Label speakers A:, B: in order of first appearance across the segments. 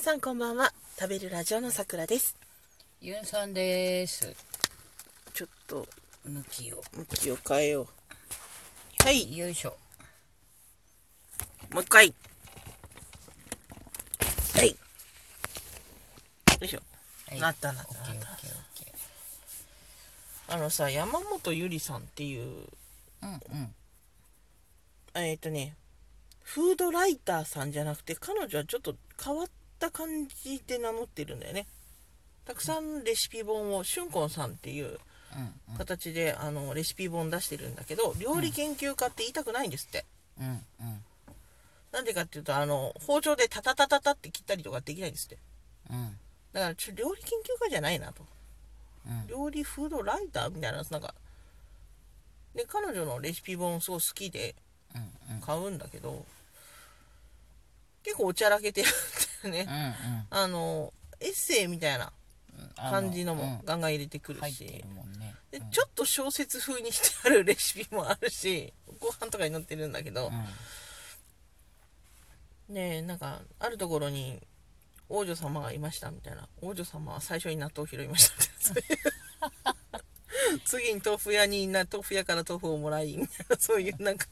A: さんこんばんは食べるラジオのさくらです
B: ユンさんです。
A: ちょっと
B: 向きを。
A: 向きを変えようはい
B: よいしょ。
A: もう一回はいよいしょ、
B: はい
A: なったなっ
B: オ
A: た
B: ッ
A: な
B: ケーオッ
A: っ
B: ケーオッケ
A: たあのさ山本ゆりさんっていう
B: ー。うんうん。
A: えっ、とねフードライターさんじゃなくて彼女はちょっと変わった感じで名乗ってるんだよねたくさんレシピ本をしゅんこんさんっていう形であのレシピ本出してるんだけど料理研究家って言いたくないんですって
B: うんうんうん
A: なんでかっていうとあの包丁でタタタタタって切ったりとかできないんですって
B: うん
A: だからちょ料理研究家じゃないなと
B: うん
A: 料理フードライターみたいななんかで彼女のレシピ本すごい好きで
B: うんうん
A: 買うんだけど結構おちゃらけてるんだよね、
B: うんうん
A: あのエッセイみたいな
B: うんあ
A: 感じのも
B: う
A: ガンガン入れてく
B: ん
A: る
B: 入っ
A: し、
B: てるもんね。
A: でちょっと小説風にしてあるレシピもあるしご飯とかに載ってるんだけど、
B: うん
A: ねえなんかあるところに王女様がいましたみたいな王女様は最初に納豆を拾いましたみたいな次に豆腐屋にな豆腐屋から豆腐をもらいみたいなそういうなんか、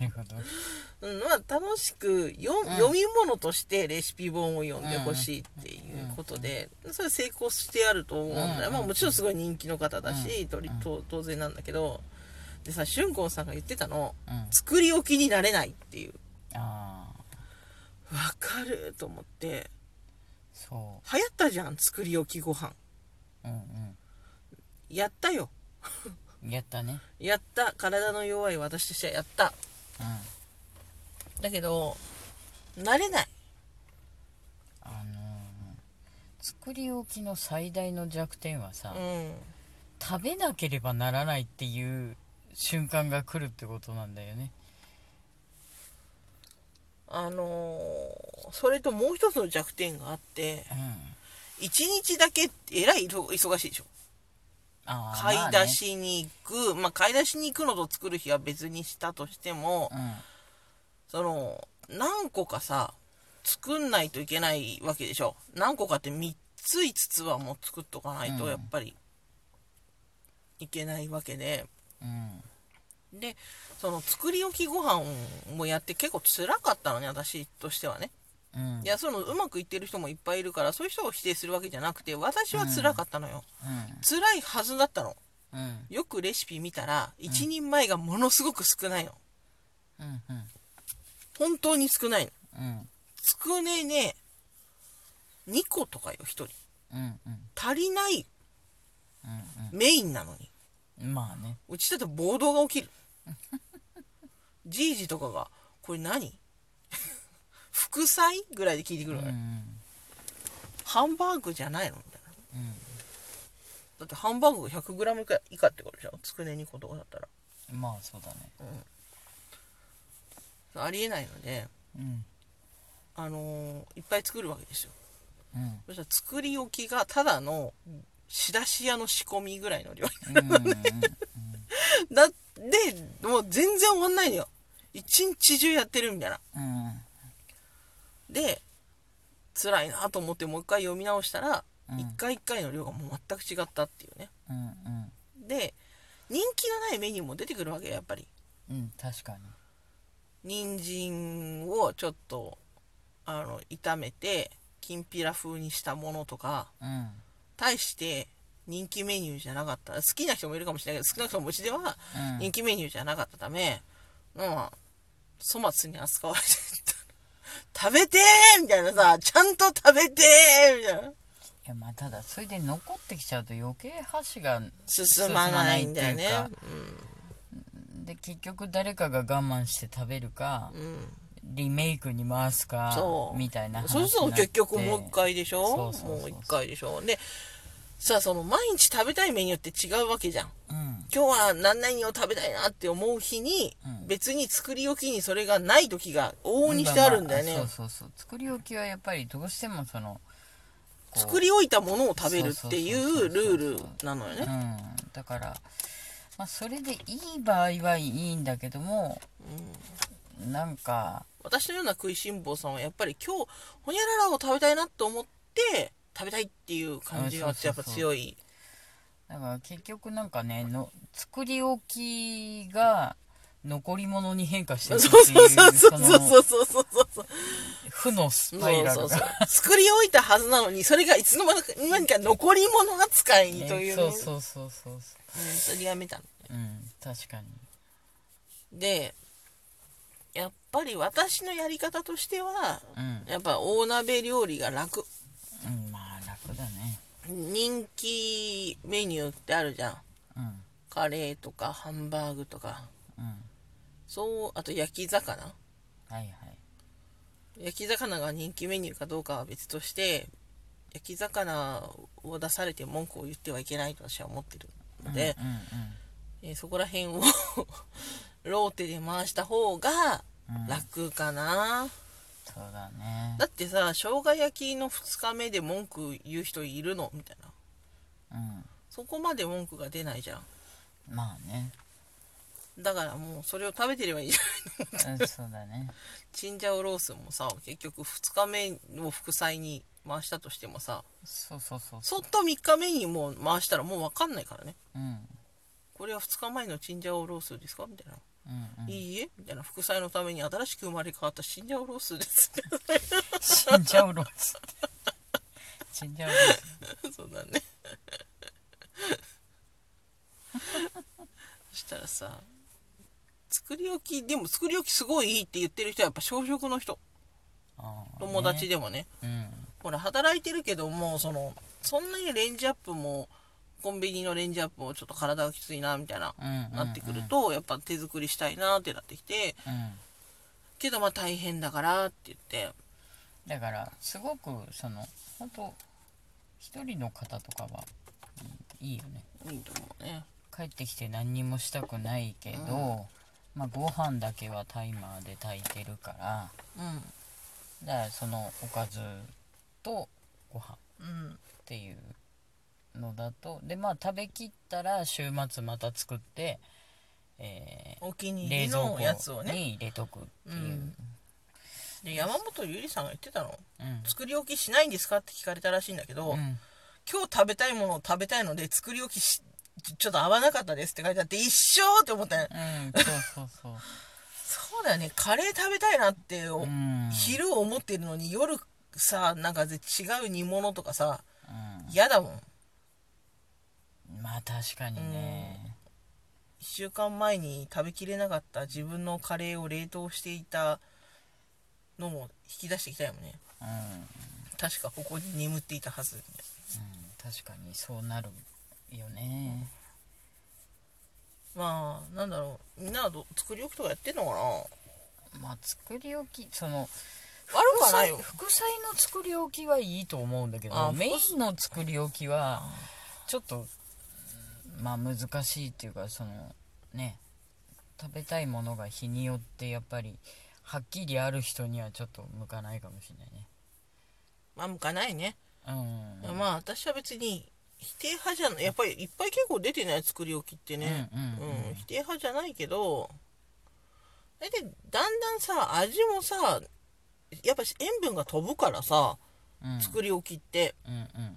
B: なるほど。
A: うん、まあ楽しくよ、読み物としてレシピ本を読んでほしいっていうことで、それ成功してあると思うんだよ、まあ、もちろんすごい人気の方だし、とりと当然なんだけどでさ俊子さんが言ってたの
B: うん。あ
A: 作り置きになれないっていう
B: あー、
A: わかると思って。
B: そ
A: 流行ったじゃん作り置きご飯
B: う。うん
A: やったよ
B: うん。やったね。
A: やった体の弱い私としてはやった
B: うん。
A: だけど慣れない
B: あのー、作り置きの最大の弱点はさ、
A: うん
B: 食べなければならないっていう瞬間が来るってことなんだよね。
A: あのーそれともう一つの弱点があって
B: うん。
A: 一日だけえらい忙しいでしょ
B: あー
A: 買い出。しに行くまあ買い出しに行くのと作る日は別にしたとしても
B: まあね
A: その何個かさ作んないといけないわけでしょ何個かって3つ5つはもう作っとかないと
B: うん
A: やっぱりいけないわけで、
B: うん。うん。
A: でその作り置きご飯もやって結構辛かったのね私としてはね
B: うん
A: いやそのうまくいってる人もいっぱいいるからそういう人を否定するわけじゃなくて私は辛かったのよ、辛いはずだったの
B: うんうん
A: よくレシピ見たら1人前がものすごく少ないの
B: うんうん
A: 本当に少ないの
B: うん
A: つくねね2個とかよ1人
B: うん
A: 足りない
B: うん
A: メインなのに
B: うんまあね
A: うちだと暴動が起き るじいじとかが「これ何? 」 副菜ぐらいで聞いてくる
B: う
A: のよ、
B: んうん
A: ハンバーグじゃないのみたいな
B: うん
A: だってハンバーグが 100g か以下ってことじゃんつくね2個とかだったら
B: まあそうだね
A: ありえないので
B: うん
A: あのーいっぱい作るわけですよ
B: うん
A: そしたら作り置きがただの仕出し屋の仕込みぐらいの量
B: うんうん
A: だでもう全然終わんないのよ一日中やってるみたいな
B: うん
A: で辛いなと思ってもう一回読み直したら、
B: うん
A: 一回一回の量がもう全く違ったっていうね
B: うん
A: で人気のないメニューも出てくるわけよやっぱり
B: うんうん確かに
A: 人参をちょっとあの炒めてきんぴら風にしたものとか
B: うん
A: 大して人気メニューじゃなかった好きな人もいるかもしれないけど少なくともうちでは
B: うん
A: 人気メニューじゃなかったため、まあ粗末に扱われてた 食べてーみたいなさちゃんと食べてーみたいない
B: やまあただそれで残ってきちゃうと余計箸が
A: 進まないんだよね
B: 進まないってで結局誰かが我慢して食べるか
A: うん、うん
B: リメイクに回すか
A: そう
B: みたいな話
A: そうすると結局もう一回でし
B: そ
A: ょ
B: うそうそうそう
A: もう一回でしょでさあその毎日食べたいメニューって違うわけじゃん
B: うん
A: 今日は何々を食べたいなって思う日に、
B: うん
A: 別に作り置きにそれがない時が往々にしてあるんだよね、
B: まあまあそうそうそう作り置きはやっぱりどうしてもそのこう
A: 作り置いたものを食べるってい
B: そううそうそうそう
A: ルールなのよ
B: う
A: ね、
B: ん、だから、まあ、それでいい場合はいいんだけども、なんか
A: 私のような食いしん坊さんはやっぱり今日ほにゃららを食べたいなと思って食べたいっていう感じが
B: あそう
A: や
B: そう
A: っぱ
B: そう
A: 強い
B: だから結局なんかねの作り置きが残り物に変化して
A: そう
B: るって
A: そうそう
B: いう
A: そうそ
B: その
A: うそうそうそうそう
B: 負のスパイラ
A: そ
B: ル
A: うそう
B: が
A: 作り置いたはずなのにそれがいつの間にか何か残り物扱いに
B: ね
A: というね
B: そうそうそうそう
A: 本当にやめたの
B: うん確かに
A: でやっぱり私のやり方としては
B: うん、
A: やっぱ大鍋料理が楽
B: うん、まあ楽だね
A: 人気メニューってあるじゃん
B: うん
A: カレーとかハンバーグとか
B: うん
A: そうあと焼き魚
B: はいはい
A: 焼き魚が人気メニューかどうかは別として焼き魚を出されて文句を言ってはいけないと私は思ってるので、
B: うんうん
A: えーそこら辺を ローテで回した方が
B: うん
A: 楽かな、
B: そうだね
A: だってさ生姜焼きの2日目で文句言う人いるのみたいな
B: うん
A: そこまで文句が出ないじゃん
B: まあね
A: だからもうそれを食べてればいいじゃん
B: うんそうだね
A: チンジャオロースもさ結局2日目を副菜に回したとしてもさ
B: そうそうそう
A: そっと3日目にもう回したらもう分かんないからね
B: うん
A: これは2日前のチンジャオロースですかみたいな、
B: うんうん
A: いいえみたいな副菜のために新しく生まれ変わったチンジャオロースです
B: 死んじゃうロース死んじゃうロース
A: そうだね。 そしたらさ、作り置き、でも作り置きすごいいいって言ってる人はやっぱ小食の人、
B: あ あ
A: 友達
B: ね
A: でもね。
B: うん
A: ほら、働いてるけども、その、そんなにレンジアップも、コンビニのレンジアップもちょっと体がきついな、みたいな、
B: うん
A: なってくると、やっぱ手作りしたいなってなってきて、
B: うん
A: けどまあ大変だからって言って、
B: だからすごくその本当一人の方とかは、うんいいよね
A: いいと思うね。
B: 帰ってきて何にもしたくないけど、まあご飯だけはタイマーで炊いてるから
A: うん。
B: だからそのおかずとご飯っ
A: うん。
B: ていうのだとでまあ食べきったら週末また作って、え
A: お気に
B: ー
A: 入り
B: 冷蔵
A: のやつ
B: 庫
A: をね。
B: に入れとくってい
A: う
B: う、
A: んで山本ゆりさんが言ってたの
B: うん
A: 作り置きしないんですかって聞かれたらしいんだけど、
B: うん
A: 今日食べたいものを食べたいので作り置きしちょちょっと合わなかったですって書いてあって一生って思ったよ
B: うん、そうそうそう、
A: そうだよねカレー食べたいなって、お
B: うん、
A: 昼思ってるのに夜さなんかぜ違う煮物とかさ
B: うん
A: 嫌だもん
B: まあ確かにね、
A: 1週間前に食べきれなかった自分のカレーを冷凍していたのも引き出してきたよね
B: うんうん、
A: 確かここに眠っていたはず
B: 確かにそうなるよね、
A: まあなんだろうみんなはど作り置きとかやってんのかな
B: まあ作り置きそ
A: 悪
B: の
A: くはないよ
B: 副菜の作り置きはいいと思うんだけ
A: あ
B: どメインの作り置きはちょっとうんまあ難しいっていうかそのね食べたいものが日によってやっぱりはっきりある人にはちょっと向かないかもしれ
A: まあ向かないね、
B: ないねうん
A: まあ私は別に否定派じゃないやっぱりいっぱい結構出てない作り置きってね、
B: うんうんうん
A: 否定派じゃないけど大体だんだんさ味もさやっぱし塩分が飛ぶからさ
B: うん
A: 作り置きって、
B: うんうん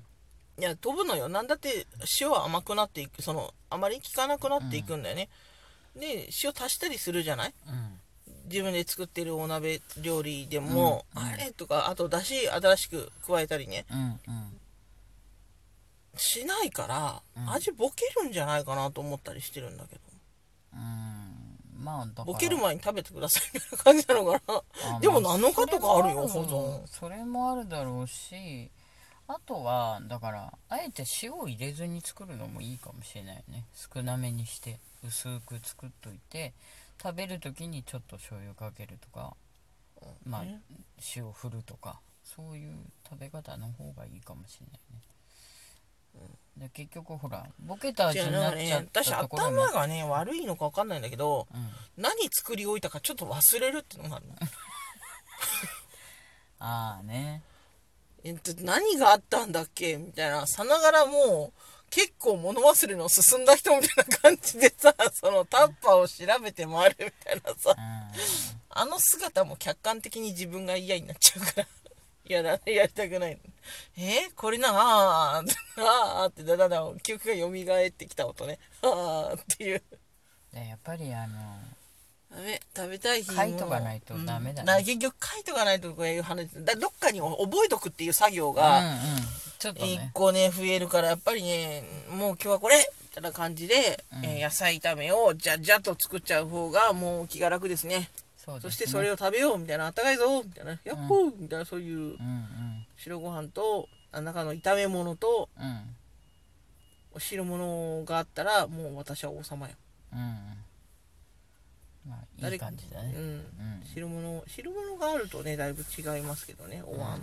A: いや飛ぶのよなんだって塩は甘くなっていくそのあまり効かなくなっていくんだよね、で塩足したりするじゃない
B: うん
A: 自分で作ってるお鍋料理でも、あれとかあとだし新しく加えたりね、
B: うんうん
A: しないから、
B: ん
A: 味ボケるんじゃないかなと思ったりしてるんだけど
B: うんまあだから
A: ボケる前に食べてくださいみたいな感じなのか
B: あ
A: なでも
B: まあ
A: 7日とかあるよ
B: そ
A: 保
B: れもある
A: 存
B: それもあるだろうしあとはだからあえて塩を入れずに作るのもいいかもしれないね少なめにして薄く作っといて食べる時にちょっと醤油かけるとかまあ
A: ね
B: 塩振るとかそういう食べ方の方がいいかもしれないね、で結局ほらボケた味
A: 違う
B: に
A: な
B: なんっ
A: か
B: ちゃっ
A: ね私
B: たところも
A: 頭がね悪いのか分かんないんだけど
B: うん、
A: 何作り置いたかちょっと忘れるってのがあるの
B: ああね
A: えっと何があったんだっけみたいなさながらもう結構物忘れの進んだ人みたいな感じでさ、 そのタッパーを調べて回るみたいなさ、あの姿も客観的に自分が嫌になっちゃうから、 やらやりたくないの。えーこれな、あーあーって、だだだ、記憶が蘇ってきた音ね。あーっていう。
B: うんでやっぱりあの
A: ダメ、食べたい日
B: 書いとかないとダメだね
A: ね。結局書いとかないとこういう話、だどっかに覚えとくっていう作業
B: う
A: が、
B: んうんちょっと
A: 一
B: ね
A: 個ね、増えるから、やっぱりね、もう今日はこれみたいな感じで、えー野菜炒めをじゃじゃっと作っちゃう方がもう気が楽ですね。
B: そうです
A: そ
B: ね
A: してそれを食べようみたいな、あったかいぞみたいな、やっほーみたいな、そういう
B: うんうん
A: 白ご飯と、あ中の炒め物と、
B: うん
A: お汁物があったら、もう私は王様よ。
B: うんうんまあいい
A: 誰
B: 感じだ
A: う
B: ね
A: ん。
B: うん
A: 汁物、汁物があるとね、だいぶ違いますけどね、お椀。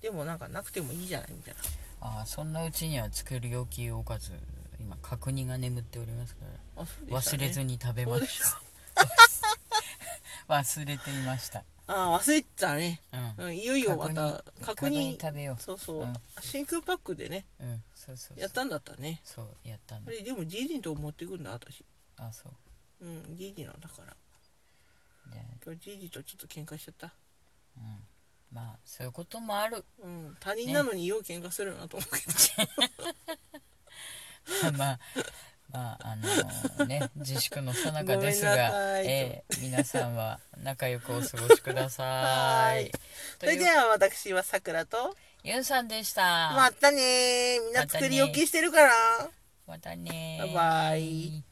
A: でもなんかなくてもいいじゃないみたいな。
B: ああそんなうちには作る容器おかず今角煮が眠っておりますから
A: あそうでした
B: 忘
A: ね
B: れずに食べ
A: そ
B: ま
A: うでし
B: す忘れていました
A: ああ、忘れてたね。
B: うん
A: うん、いよいよまた、確
B: 角煮
A: 認。
B: 食べよ
A: そうそう、
B: うん
A: 真空パックでね、
B: ううんそうそうそ
A: や
B: う
A: ったんだったね。
B: そうやったん
A: あ
B: だ
A: れ、でもジージンと持ってくんだ、私。
B: あそう
A: うん、ジージンなんだから。
B: じゃあ
A: 今日ジージンとちょっと喧嘩しちゃった。
B: うんまあそういうこともある
A: うん、他人なのによう喧嘩するなと思うけど。
B: まあまああのね自粛の最中です
A: ごめんなさ
B: が、
A: い
B: ええ皆さんは仲良くお過ごしくださ
A: はい
B: い
A: そ
B: と
A: れ
B: いう
A: では私はさくらと、
B: ゆうさんでした
A: またねー。みんな作り置きしてるから。
B: またねー
A: バイバイ